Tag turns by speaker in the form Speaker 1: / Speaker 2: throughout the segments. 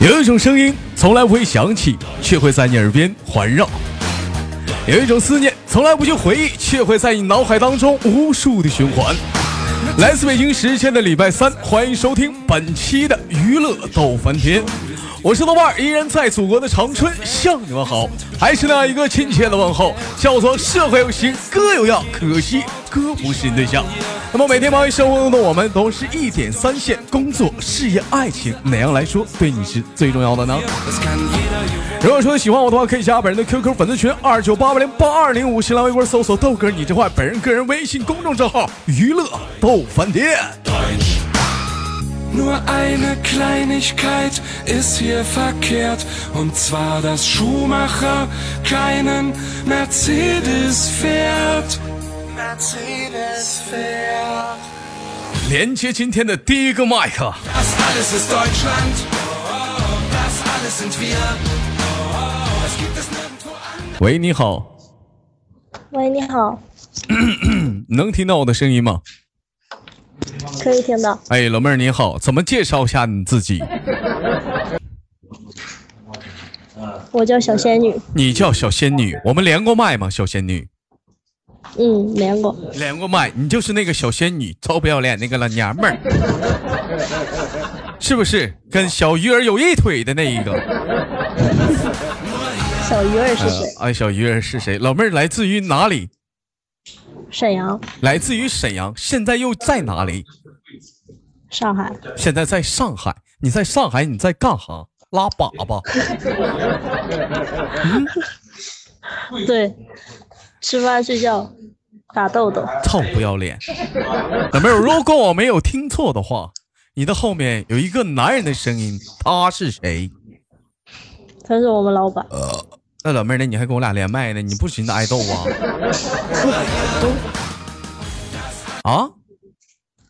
Speaker 1: 有一种声音从来不会响起，却会在你耳边环绕；有一种思念从来不去回忆，却会在你脑海当中无数的循环。来自北京时间的礼拜三，欢迎收听本期的娱乐逗翻天，我是豆瓣儿，依然在祖国的长春向你们好，还是那一个亲切的问候，叫做社会有形，哥有样，可惜哥不是你对象。那么每天忙于生活中的我们，都是一点三线，工作、事业、爱情，哪样来说对你是最重要的呢？如果说喜欢我的话，可以加本人的 QQ 粉丝群二九八八零八二零五，新浪微博搜索豆哥你真坏，本人个人微信公众账号娱乐豆翻天。
Speaker 2: Nur eine Kleinigkeit ist hier verkehrt, und zwar, dass Schumacher keinen Mercedes fährt. Mercedes fährt.
Speaker 1: 连接今天的第一个麦克，
Speaker 2: Das alles ist Deutschland, das alles sind wir. Das gibt es nirgendwo anders.
Speaker 1: 喂，你好，
Speaker 3: 喂，你好，
Speaker 1: 能听到我的声音吗？
Speaker 3: 可以听到。
Speaker 1: 哎，老妹儿你好，怎么介绍一下你自己？
Speaker 3: 我叫小仙女，
Speaker 1: 你叫小仙女，我们连过麦吗？小仙女
Speaker 3: 嗯，连过，
Speaker 1: 连过麦，你就是那个小仙女，臭不要脸那个老娘们儿，是不是？跟小鱼儿有一腿的那一个。
Speaker 3: 小鱼儿是谁？
Speaker 1: 哎，小鱼儿是谁？老妹儿来自于哪里？
Speaker 3: 沈阳、
Speaker 1: 来自于沈阳，现在又在哪里？
Speaker 3: 上海，
Speaker 1: 现在在上海。你在上海，你在干哈？拉粑粑。
Speaker 3: 对，吃饭睡觉，打豆豆，
Speaker 1: 臭不要脸！老妹儿，如果我没有听错的话，你的后面有一个男人的声音，他是谁？
Speaker 3: 他是我们老板。
Speaker 1: 那老妹儿呢？你还跟我俩连麦呢？你不寻思挨揍啊？啊？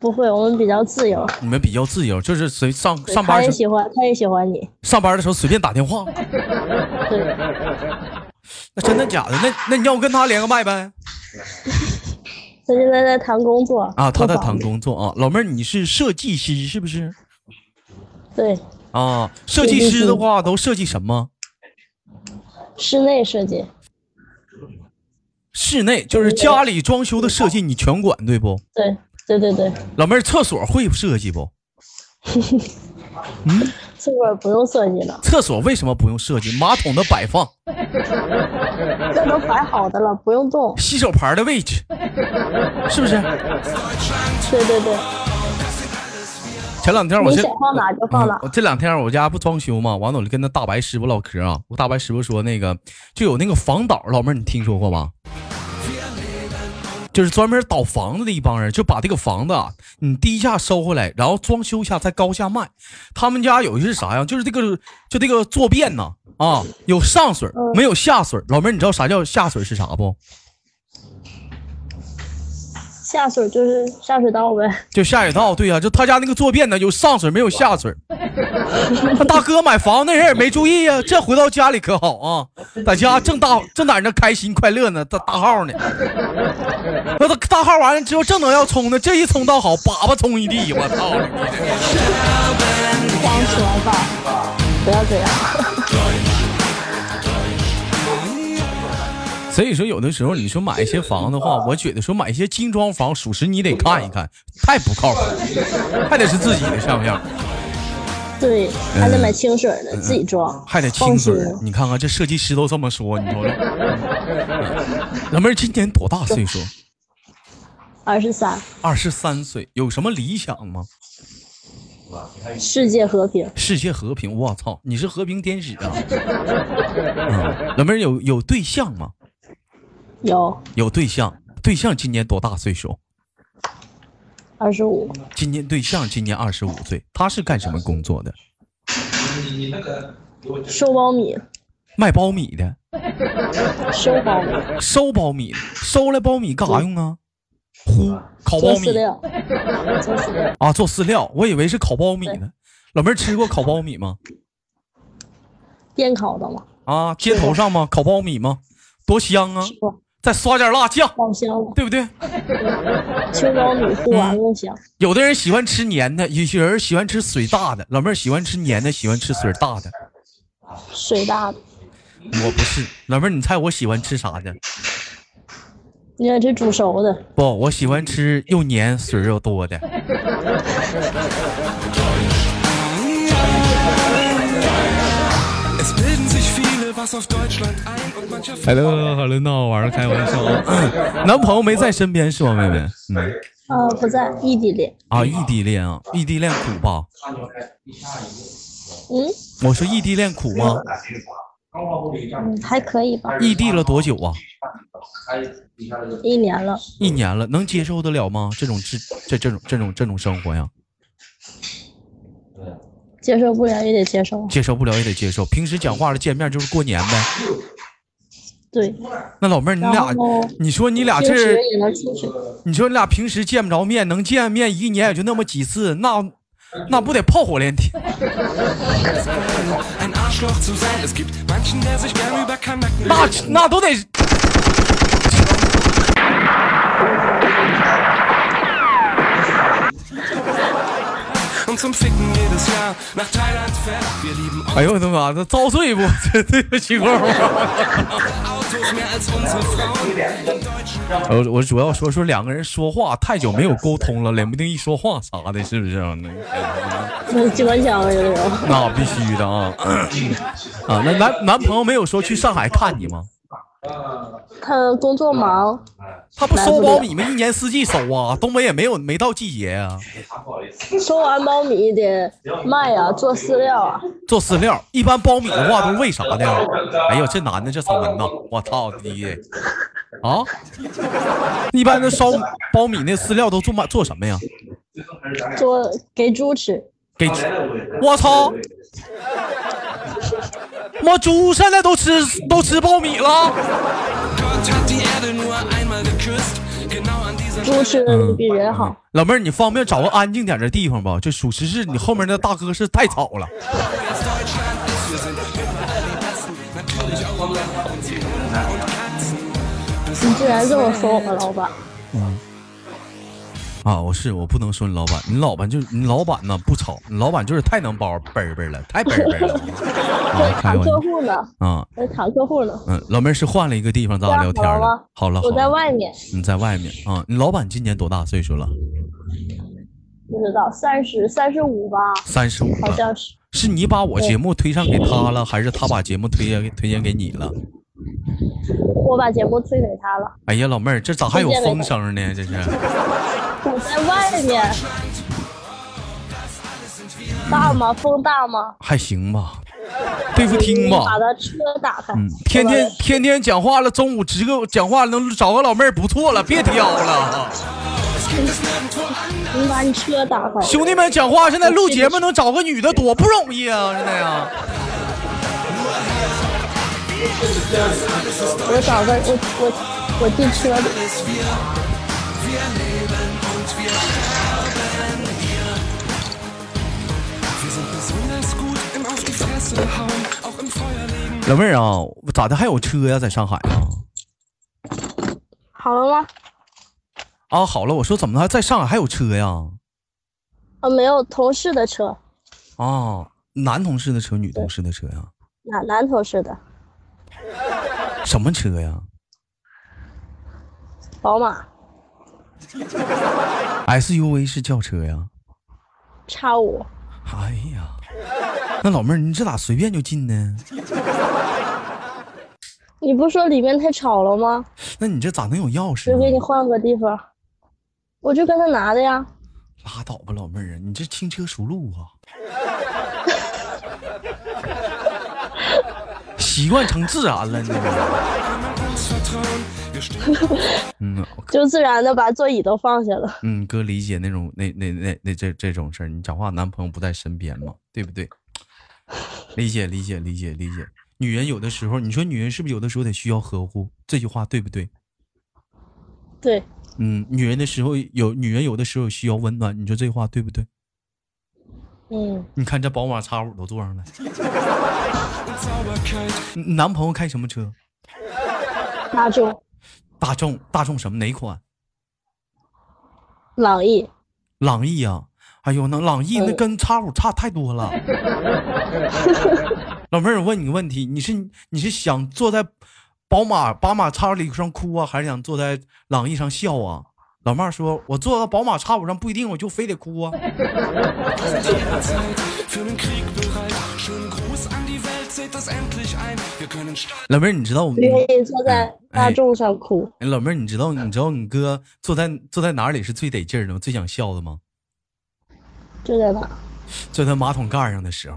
Speaker 3: 不会，我们比较自由。
Speaker 1: 你们比较自由，就是随上
Speaker 3: 对
Speaker 1: 上班
Speaker 3: 他也
Speaker 1: 的时
Speaker 3: 喜欢，他也喜欢你。
Speaker 1: 候上班的时候随便打电话。
Speaker 3: 对，
Speaker 1: 那真的假的？那那你要跟他连个麦呗？
Speaker 3: 他现在在谈工作
Speaker 1: 啊，他在
Speaker 3: 不
Speaker 1: 谈
Speaker 3: 忙
Speaker 1: 工作啊。老妹儿，你是设计师是不是？
Speaker 3: 对，
Speaker 1: 啊，设计师的话都设计什么？
Speaker 3: 室内设计，
Speaker 1: 室内
Speaker 3: 哦
Speaker 1: 就是家里装修的设计，你全管对不？
Speaker 3: 对，对对对，
Speaker 1: 老妹儿，厕所会设计不？
Speaker 3: 这会儿不用设计了，
Speaker 1: 厕所为什么不用设计？马桶的摆放、
Speaker 3: 这都摆好的了，不用动。
Speaker 1: 洗手盘的位置，是不是？
Speaker 3: 对对对，
Speaker 1: 前两天我
Speaker 3: 你
Speaker 1: 这
Speaker 3: 想放哪就放哪
Speaker 1: 嗯。我这两天我家不装修吗？完了我就跟那大白师傅唠嗑啊。我大白师傅说那个就有那个房导，老妹儿你听说过吗？就是专门倒房子的一帮人，就把这个房子啊，你低价收回来，然后装修一下再高价卖。他们家有一是啥呀？就是这个就这个坐便呐啊，有上水
Speaker 3: 嗯
Speaker 1: 没有下水。老妹儿，你知道啥叫下水是啥不？
Speaker 3: 下水就是下水道呗。
Speaker 1: 就下水道，对呀、就他家那个坐便呢，有上水没有下水。他大哥买房那人也没注意呀、这回到家里可好啊，在家正大正在那开心快乐呢，大大号呢。 那他大号完了之后正能要冲呢，这一冲倒好，粑粑冲一地，我操你妈！
Speaker 3: 刚吃完饭，不要这样。
Speaker 1: 所以说，有的时候你说买一些房的话，我觉得说买一些精装房，属实你得看一看，太不靠谱，还得是自己的，像不像？
Speaker 3: 对，还得买清水的，自己装，
Speaker 1: 嗯还得
Speaker 3: 放
Speaker 1: 亲嘴儿
Speaker 3: 心，
Speaker 1: 你看看这设计师都这么说，你瞅瞅。老妹儿今年多大岁数？
Speaker 3: 二十三，
Speaker 1: 二十三岁，有什么理想吗？
Speaker 3: 世界和平。
Speaker 1: 世界和平，我操，你是和平天使啊！嗯老妹儿有有对象吗？
Speaker 3: 有
Speaker 1: 有对象，对象今年多大岁数？
Speaker 3: 二十五，
Speaker 1: 今年对象今年二十五岁，他是干什么工作的？
Speaker 3: 收苞米，
Speaker 1: 卖苞米的，
Speaker 3: 收苞米，
Speaker 1: 收苞米的，收来苞米干啥用啊？烀烤
Speaker 3: 做
Speaker 1: 苞
Speaker 3: 饲
Speaker 1: 米
Speaker 3: 料，做饲料。
Speaker 1: 啊，做饲料，我以为是烤苞米
Speaker 3: 对
Speaker 1: 呢。老妹儿吃过烤苞米吗？
Speaker 3: 电烤的嘛，
Speaker 1: 啊，街头上吗？烤苞米吗？多香啊！
Speaker 3: 吃过，
Speaker 1: 再刷点辣酱，
Speaker 3: 爆香了，
Speaker 1: 对不对？
Speaker 3: 秋高女护丸子香，
Speaker 1: 有的人喜欢吃黏的，有些人喜欢吃水大的，老妹儿喜欢吃黏的，喜欢吃水大的。
Speaker 3: 水大的。
Speaker 1: 我不是，老妹儿，你猜我喜欢吃啥的？
Speaker 3: 你看这煮熟的，
Speaker 1: 不，我喜欢吃又黏水又多的。
Speaker 2: Es bilden sich viele, was auf Deutschland ein und mancher
Speaker 1: 海伦，海伦，闹玩开玩笑。 男朋友没在身边是吧，妹妹？嗯。
Speaker 3: 啊，不在异地恋，
Speaker 1: 啊，异地恋啊，异地恋苦吧？
Speaker 3: 嗯
Speaker 1: 我说异地恋苦吗？
Speaker 3: 嗯，还可以吧，
Speaker 1: 异地了多久啊？
Speaker 3: 一年了，
Speaker 1: 一年了，能接受得了吗？这种这这这种这种这种生活呀，
Speaker 3: 接受不了也得接受，
Speaker 1: 接受不了也得接受。平时讲话了，见面就是过年呗。
Speaker 3: 对，
Speaker 1: 那老妹儿，你俩
Speaker 3: 然后，
Speaker 1: 你说你俩
Speaker 3: 平时
Speaker 1: 啊这，
Speaker 3: 也能出去，
Speaker 1: 你说你俩平时见不着面，能见面一年也就那么几次，那那不得炮火连天？
Speaker 2: ein Arschloch zu sein. Es gibt manchen, der sich gern über Kanacken
Speaker 1: 那那都得。
Speaker 2: und zum Ficken jedes Jahr nach Thailand fährt. Wir lieben
Speaker 1: 哎呦我的妈，那遭罪不？ 这这个情况。
Speaker 2: Autos mehr als unsere Frauen. In
Speaker 1: 我
Speaker 2: Deutschland
Speaker 1: 我主要说说两个人说话太久没有沟通了，冷不丁一说话啥的，是不是啊？那
Speaker 3: 那机关枪有点儿
Speaker 1: 那必须的啊！啊，那男男朋友没有说去上海看你吗？
Speaker 3: 他工作忙，
Speaker 1: 他不收苞米吗？一年四季收啊，东北也没有没到季节啊。
Speaker 3: 收完苞米得卖呀、做饲料啊，
Speaker 1: 做饲料，一般苞米的话都是喂啥的呀？哎呦，这男的这嗓门呐，我操你！啊，一般的烧苞米那饲料都做嘛做什么呀？
Speaker 3: 做给猪吃，
Speaker 1: 给，我操！我猪现在都吃都吃苞米了，
Speaker 2: Gott hat die Erde nur einmal geküsst. Genau an dieser
Speaker 3: 猪吃的比人好。
Speaker 1: 老妹儿，你方便找个安静点的地方吧？这属实是你后面那大哥是太吵了。
Speaker 2: Als Deutschland ist, wir sind überall die Besten. Natürlich auch über unsere Hunde und Katzen.
Speaker 3: 你居然这么说我们老板，
Speaker 1: 啊，我是我不能说你老板，你老板就是你老板呢不吵，你老板就是太能包奔奔了，太奔奔了。啊，开
Speaker 3: 谈
Speaker 1: 玩
Speaker 3: 客
Speaker 1: 笑
Speaker 3: 户呢？
Speaker 1: 啊，
Speaker 3: 我谈客户呢？
Speaker 1: 嗯，老妹儿是换了一个地方咱俩聊天
Speaker 3: 这样好
Speaker 1: 了
Speaker 3: 了吗。
Speaker 1: 好了，好
Speaker 3: 我在
Speaker 1: 了，
Speaker 3: 外面，
Speaker 1: 你在外面啊？你老板今年多大岁数了？
Speaker 3: 不知道三十三十五吧，
Speaker 1: 三十五
Speaker 3: 好
Speaker 1: 了。
Speaker 3: 像是
Speaker 1: 是你把我节目推上给他了，还是他把节目推荐推荐给你了？
Speaker 3: 我把节目推给他了。
Speaker 1: 哎呀，老妹儿，这咋还有
Speaker 3: 推荐给
Speaker 1: 风
Speaker 3: 他
Speaker 1: 声呢？这是
Speaker 3: 我在外面，大吗？风大吗？
Speaker 1: 还行吧？对付听吧。
Speaker 3: 把他车打开。
Speaker 1: 嗯，天
Speaker 3: 我
Speaker 1: 天天天讲话了，中午直个讲话能找个老妹儿不错了，别挑了。啊
Speaker 3: 把你把你车打开。
Speaker 1: 兄弟们讲话，现在录节目能找个女的多不容易啊！现在啊，
Speaker 3: 我找个我我我进车里。
Speaker 2: Wir sind besonders gut im Auf die Fresse hauen, auch im Feuer legen.
Speaker 1: 老妹儿啊，咋的还有车呀、在上海啊？
Speaker 3: 好了吗？
Speaker 1: 啊，好了，我说怎么的还在上海还有车呀、
Speaker 3: 啊，没有同事的车，
Speaker 1: 啊？男同事的车，女同事的车呀、
Speaker 3: 男男同事的
Speaker 1: 什么车呀、
Speaker 3: 宝马
Speaker 1: s u v 是轿车呀、
Speaker 3: 叉五。
Speaker 1: 哎呀，那老妹儿，你这咋随便就进呢？
Speaker 3: 你不说里面太吵了吗？
Speaker 1: 那你这咋能有钥匙
Speaker 3: 我给
Speaker 1: 呢？
Speaker 3: 你换个地方，我就跟他拿的呀。
Speaker 1: 拉倒吧，老妹儿啊，你这轻车熟路啊， 习惯成自然了，你。
Speaker 2: Uns vertrauen, wir stehen
Speaker 1: 嗯，
Speaker 3: 就自然的把座椅都放下了。
Speaker 1: 嗯，哥理解那种那那那那这这种事儿，你讲话男朋友不在身边嘛，对不对？理解理解理解理解。女人有的时候，你说女人是不是有的时候得需要呵护？这句话对不对？
Speaker 3: 对，
Speaker 1: 嗯，女人的时候有女人有的时候需要温暖，你说这话对不对？
Speaker 3: 嗯，
Speaker 1: 你看这宝马叉五都坐上了，
Speaker 2: in Sauberkeit.
Speaker 1: 你男朋友开什么车？
Speaker 3: 大众
Speaker 1: 大众大众什么哪款？
Speaker 3: 朗逸，
Speaker 1: 朗逸呀、哎呦，那朗逸那
Speaker 3: 嗯
Speaker 1: 跟叉五差太多了。 老妹儿，我问你个问题，你是你是想坐在宝马宝马叉五上哭啊，还是想坐在朗逸上笑啊？老妹儿说，我坐到宝马叉五上不一定我就非得哭啊。
Speaker 2: Für den Krieg bereit. Schönen Gruß an die Welt, seht das endlich ein. Wir können stark
Speaker 1: 老妹儿，你知道我们
Speaker 3: 你可以坐在大
Speaker 1: 哎
Speaker 3: 众上哭，
Speaker 1: 哎老妹儿，你知道你知道你哥坐在坐在哪里是最得劲儿的吗？最想笑的吗？
Speaker 3: 就在那。
Speaker 1: 坐在马桶盖儿上的时候，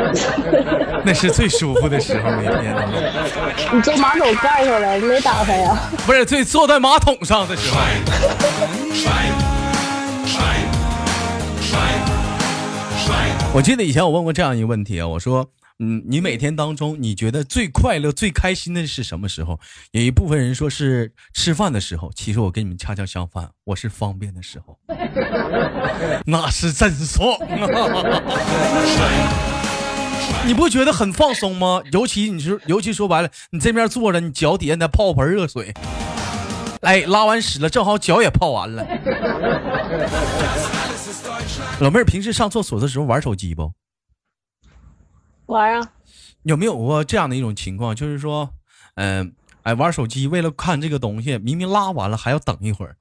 Speaker 1: 那是最舒服的时候，每天都是。
Speaker 3: 你坐马桶盖上了，你没打他呀？
Speaker 1: 不是最坐在马桶上的时候，
Speaker 2: Schwein, Schwein, Schwein, Schwein.
Speaker 1: 我记得以前我问过这样一个问题啊，我说，嗯，你每天当中你觉得最快乐、最开心的是什么时候？有一部分人说是吃饭的时候，其实我跟你们恰恰相反，我是方便的时候，那是真爽啊！你不觉得很放松吗？尤其你说，尤其说白了，你这边坐着，你脚底下再泡盆热水，哎，拉完屎了，正好脚也泡完了。老妹儿，平时上厕所的时候玩手机不？
Speaker 3: 玩啊，
Speaker 1: 有没有过这样的一种情况，就是说，嗯、哎，玩手机为了看这个东西，明明拉完了还要等一会儿，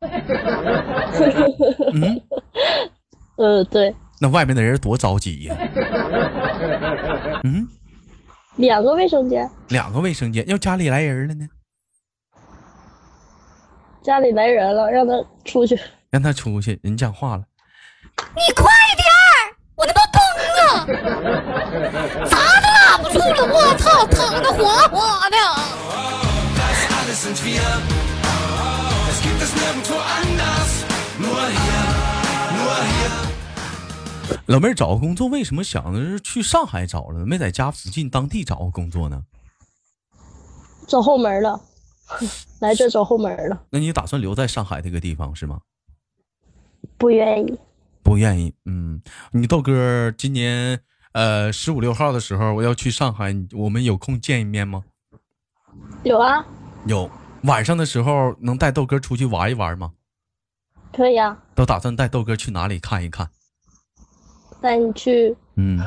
Speaker 3: 呃，对，
Speaker 1: 那外面的人多着急呀、嗯，
Speaker 3: 两个卫生间，
Speaker 1: 两个卫生间，要家里来人了呢，
Speaker 3: 家里来人了，让他出去。
Speaker 1: 让他出去，人讲话了，
Speaker 4: 你快点儿，我他妈崩了，砸都拉不住了，我操，疼的火火的。
Speaker 2: Alles sind wir. Das gibt es nirgendwo anders. Nur hier, nur hier.
Speaker 1: 老妹儿找个工作，为什么想的是去上海找了，没在家附近当地找个工作呢？
Speaker 3: 走后门了， 来这走后门了，
Speaker 1: 那你打算留在上海这个地方是吗？
Speaker 3: 不愿意。
Speaker 1: 不愿意，嗯，你豆哥今年呃十五六号的时候我要去上海，你我们有空见一面吗？
Speaker 3: 有啊，
Speaker 1: 有晚上的时候能带豆哥出去玩一玩吗？
Speaker 3: 可以啊，
Speaker 1: 都打算带豆哥去哪里看一看？
Speaker 3: 带你去
Speaker 1: 嗯，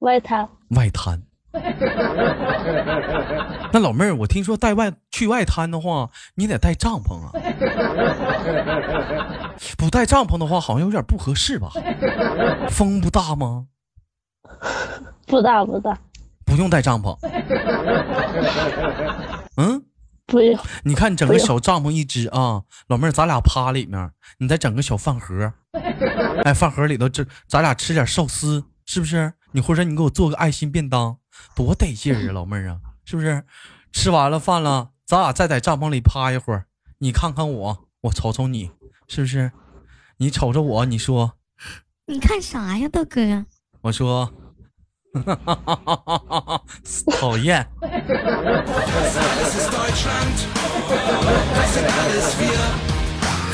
Speaker 3: 外滩。
Speaker 1: 外滩。 那老妹儿，我听说带外去外滩的话，你得带帐篷啊。不带帐篷的话，好像有点不合适吧？风不大吗？
Speaker 3: 不大不大，
Speaker 1: 不用带帐篷。嗯，
Speaker 3: 不用，
Speaker 1: 你看你整个
Speaker 3: 不用
Speaker 1: 小帐篷一只啊，老妹儿，咱俩趴里面，你再整个小饭盒，哎，饭盒里头这咱俩吃点寿司，是不是？你或者你给我做个爱心便当，多得劲儿啊，老妹儿啊，是不是？吃完了饭了，咱俩再在帐篷里趴一会儿，你看看我，我瞅瞅你，是不是？你瞅瞅我，你说，
Speaker 4: 你看啥呀，豆哥？
Speaker 1: 我说， 讨厌。
Speaker 2: Das ist Deutschland. Das sind alles wir.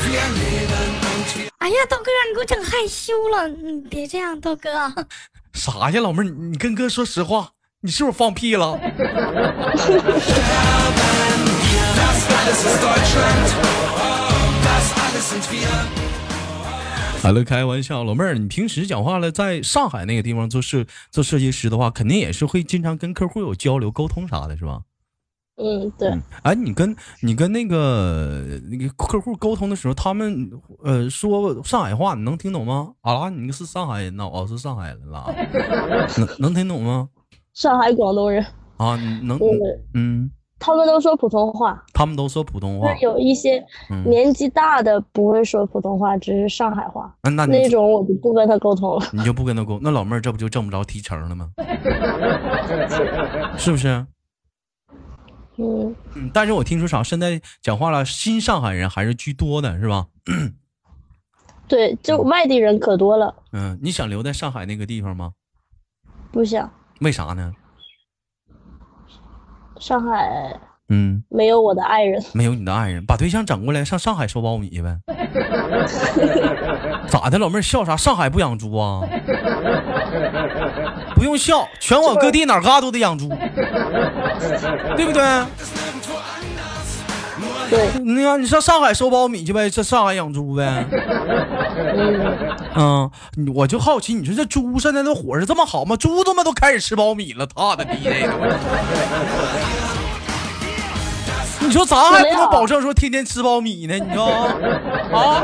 Speaker 2: Wir leben und wir.
Speaker 4: 哎呀，豆哥，你给我整害羞了，你别这样，豆哥。
Speaker 1: 啥呀，老妹儿，你你跟哥说实话，你是不是放屁了？
Speaker 2: Das alles ist Deutschland. Das alles sind wir.
Speaker 1: 好了，啊开玩笑，老妹儿，你平时讲话了，在上海那个地方做设做设计师的话，肯定也是会经常跟客户有交流、沟通啥的，是吧？
Speaker 3: 嗯，对，
Speaker 1: 哎，你跟你跟那个那个客户沟通的时候，他们呃说上海话，你能听懂吗？啊，你是上海人呐，我、是上海人 啦，能能听懂吗？
Speaker 3: 上海广东人，
Speaker 1: 啊，你能
Speaker 3: 嗯，
Speaker 1: 嗯，
Speaker 3: 他们都说普通话，
Speaker 1: 他们都说普通话
Speaker 3: 那，有一些
Speaker 1: 嗯
Speaker 3: 年纪大的不会说普通话，只是上海话，
Speaker 1: 那那
Speaker 3: 那
Speaker 1: 你
Speaker 3: 种我就不跟他沟通了。
Speaker 1: 你就不跟他沟，那老妹儿这不就挣不着提成了 吗？是不是？
Speaker 3: 嗯，
Speaker 1: 嗯，但是我听说啥，现在讲话了，新上海人还是居多的，是吧？
Speaker 3: 对，就外地人可多了，
Speaker 1: 嗯，你想留在上海那个地方吗？
Speaker 3: 不想
Speaker 1: 为啥呢？
Speaker 3: 上海
Speaker 1: 嗯，
Speaker 3: 没有我的爱人，
Speaker 1: 没有你的爱人，把对象整过来，上上海收苞米呗？咋的，老妹儿笑啥？上海不养猪啊？不用笑，全国各地哪儿嘎都得养猪，对不对？
Speaker 2: Das nirgendwo anders. Nur
Speaker 3: 对，
Speaker 1: 那样你上上海收苞米去呗，上上海养猪呗。嗯，你我就好奇，你说这猪现在的伙食这么好吗？猪他妈都开始吃苞米了，他的逼的！你说咱还不能保证说天天吃苞米呢？你说啊？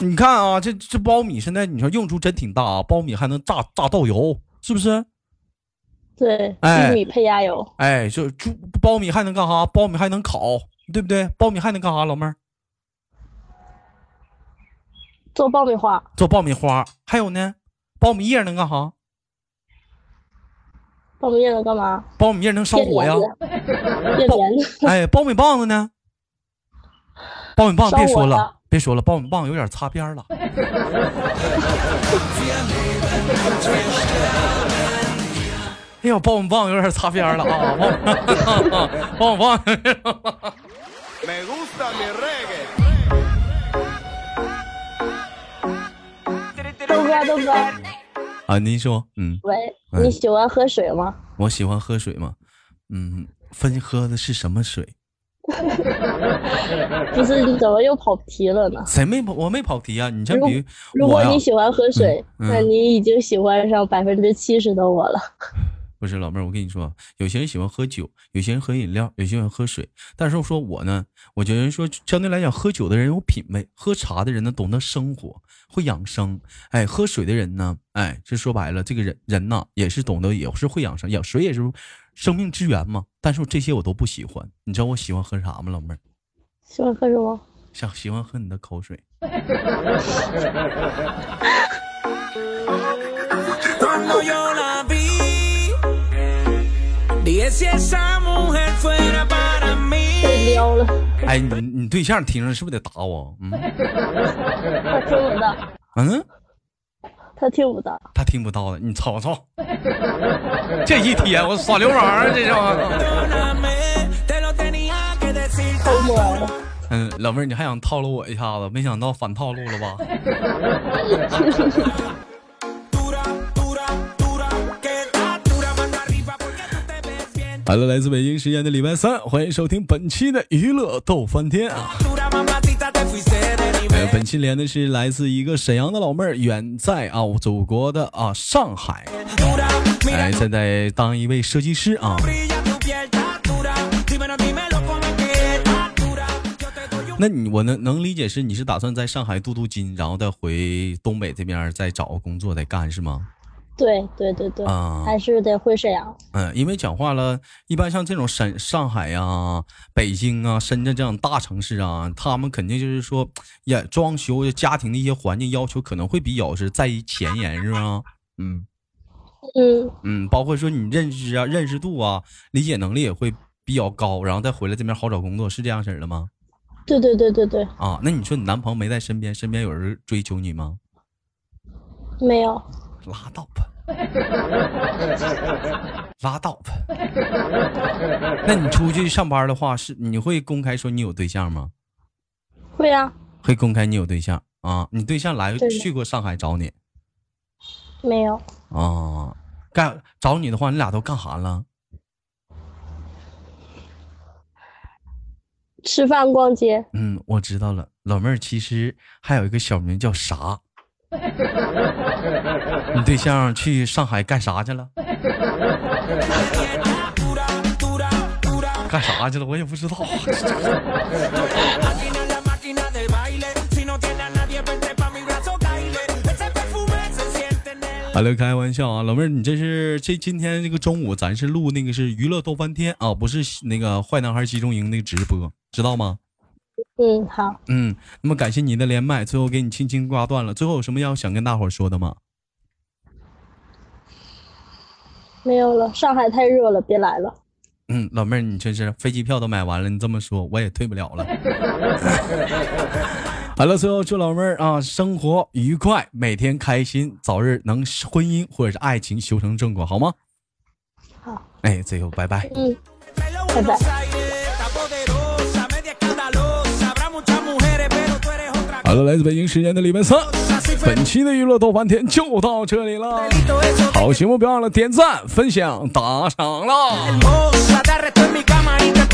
Speaker 1: 你看啊，这这苞米现在你说用处真挺大啊，苞米还能榨榨豆油，是不是？
Speaker 3: 对，
Speaker 1: 哎
Speaker 3: 玉米配鸭油，
Speaker 1: 哎，就猪苞米还能干哈？苞米还能烤，对不对？苞米还能干哈？老妹儿
Speaker 3: 做爆米花，
Speaker 1: 做爆米花，还有呢，苞米叶能干哈？
Speaker 3: 爆米叶能干嘛？
Speaker 1: 苞米叶能烧
Speaker 3: 变
Speaker 1: 火呀
Speaker 3: 黏。的，变黏的。
Speaker 1: 哎，苞米棒子呢？苞米棒
Speaker 3: 烧
Speaker 1: 别说
Speaker 3: 火
Speaker 1: 了
Speaker 3: 了，
Speaker 1: 别说了，苞米棒有点擦边了。哎呦，苞米棒有点擦边了啊！苞米棒有点擦边了。
Speaker 2: Me gusta mi reggae.
Speaker 3: 豆哥，豆哥，
Speaker 1: 啊，您说，嗯，
Speaker 3: 喂，
Speaker 1: 哎
Speaker 3: 你喜欢喝水吗？
Speaker 1: 我喜欢喝水吗？嗯，分喝的是什么水？
Speaker 3: 不是，你怎么又跑题了呢？
Speaker 1: 谁没跑？我没跑题啊！你像
Speaker 3: 如
Speaker 1: 比
Speaker 3: 如
Speaker 1: 我
Speaker 3: 果
Speaker 1: 呀、
Speaker 3: 你喜欢喝水，
Speaker 1: 嗯
Speaker 3: 那你已经喜欢上百分之七十的我了。
Speaker 1: 不是老妹儿，我跟你说，啊有些人喜欢喝酒，有些人喝饮料，有些人喝水。但是说我呢，我觉得说相对来讲，喝酒的人有品味，喝茶的人呢懂得生活，会养生。哎，喝水的人呢，哎，这说白了，这个人人呐也是懂得，也是会养生，养水也是生命之源嘛。但是我这些我都不喜欢，你知道我喜欢喝啥吗，老妹儿？
Speaker 3: 喜欢喝什么？
Speaker 1: 想喜欢喝你的口水。
Speaker 2: Cuando yo la vi, dije si esa mujer fuera para mí.
Speaker 3: 被撩了，
Speaker 1: 哎，你你对象听着是不是得打我？嗯
Speaker 3: 他听不到，
Speaker 1: 嗯。
Speaker 3: 他听不到。
Speaker 1: 他听不到的，你瞅瞅， 这一天我耍流氓啊，这是。
Speaker 2: Perdóname, te lo tenía que decir.
Speaker 3: 偷摸的，
Speaker 1: 嗯，老妹儿，你还想套路我一下子？没想到反套路了吧？
Speaker 2: Dura, dura, dura, que está dura, manda arriba porque tú te ves bien.
Speaker 5: 好了，来自北京时间的礼拜三，欢迎收听本期的娱乐逗翻天啊！
Speaker 2: Dura, mamacita, te fuiste de
Speaker 5: 呃
Speaker 2: nivel.，
Speaker 5: 本期连的是来自一个沈阳的老妹儿，远在啊我祖国的啊上海，
Speaker 2: Dura, mira,
Speaker 5: 哎，正在当一位设计师啊。
Speaker 2: brilla tu piel, está dura. Dímelo, dímelo, como es que está dura. Yo te doy un
Speaker 1: 那你我能能理解是你是打算在上海镀镀金，然后再回东北这边儿再找个工作再干是吗？
Speaker 3: 对对对对，
Speaker 1: 啊
Speaker 3: 还是得回沈阳。
Speaker 1: 嗯，因为讲话了，一般像这种上上海呀、北京啊、深圳这样大城市啊，他们肯定就是说，也装修家庭的一些环境要求可能会比较是在意前沿是吧？嗯。
Speaker 3: 嗯，
Speaker 1: 嗯，包括说你认知啊、认识度啊、理解能力也会比较高，然后再回来这边好找工作，是这样式儿的吗？
Speaker 3: 对对对对对，
Speaker 1: 啊，那你说你男朋友没在身边，身边有人追求你吗？
Speaker 3: 没有，
Speaker 1: 拉倒吧，拉倒吧。那你出去上班的话，是你会公开说你有对象吗？
Speaker 3: 会啊，
Speaker 1: 会公开你有对象啊？你对象来
Speaker 3: 对的
Speaker 1: 去过上海找你
Speaker 3: 没有，
Speaker 1: 啊？干找你的话，你俩都干啥了？
Speaker 3: 吃饭逛街，
Speaker 1: 嗯，我知道了，老妹儿其实还有一个小名叫啥？你对象去上海干啥去了？干啥去了？我也不知道。
Speaker 2: máquina, la máquina de baile. Si no tiene a nadie, vente pa' mi brazo, caile. Ese perfume se siente en el
Speaker 1: 好了，开玩笑啊，老妹儿，你这是这今天这个中午咱是录那个是娱乐逗翻天啊，不是那个坏男孩集中营那个直播，知道吗？
Speaker 3: 嗯，好，
Speaker 1: 嗯，那么感谢你的连麦，最后给你轻轻挂断了。最后有什么要想跟大伙儿说的吗？
Speaker 3: 没有了。上海太热了，别来了。
Speaker 1: 嗯，老妹儿，你真是飞机票都买完了，你这么说我也退不了 了。好了，最后祝老妹儿啊，生活愉快，每天开心，早日能婚姻或者是爱情修成正果，好吗？
Speaker 3: 好。
Speaker 1: 哎，最后拜拜。
Speaker 3: 嗯，
Speaker 2: pelo
Speaker 3: Bye,
Speaker 2: Buenos Aires. Está poderosa, media escandalosa. Habrá muchas mujeres, pero tú eres otra cosa.
Speaker 1: 好了，来自北京时间的礼拜三，本期的娱乐逗翻天就到这里了。oh, 好节目不要忘了点赞、分享、打赏了。
Speaker 2: hermosa, de reto en mi cama y te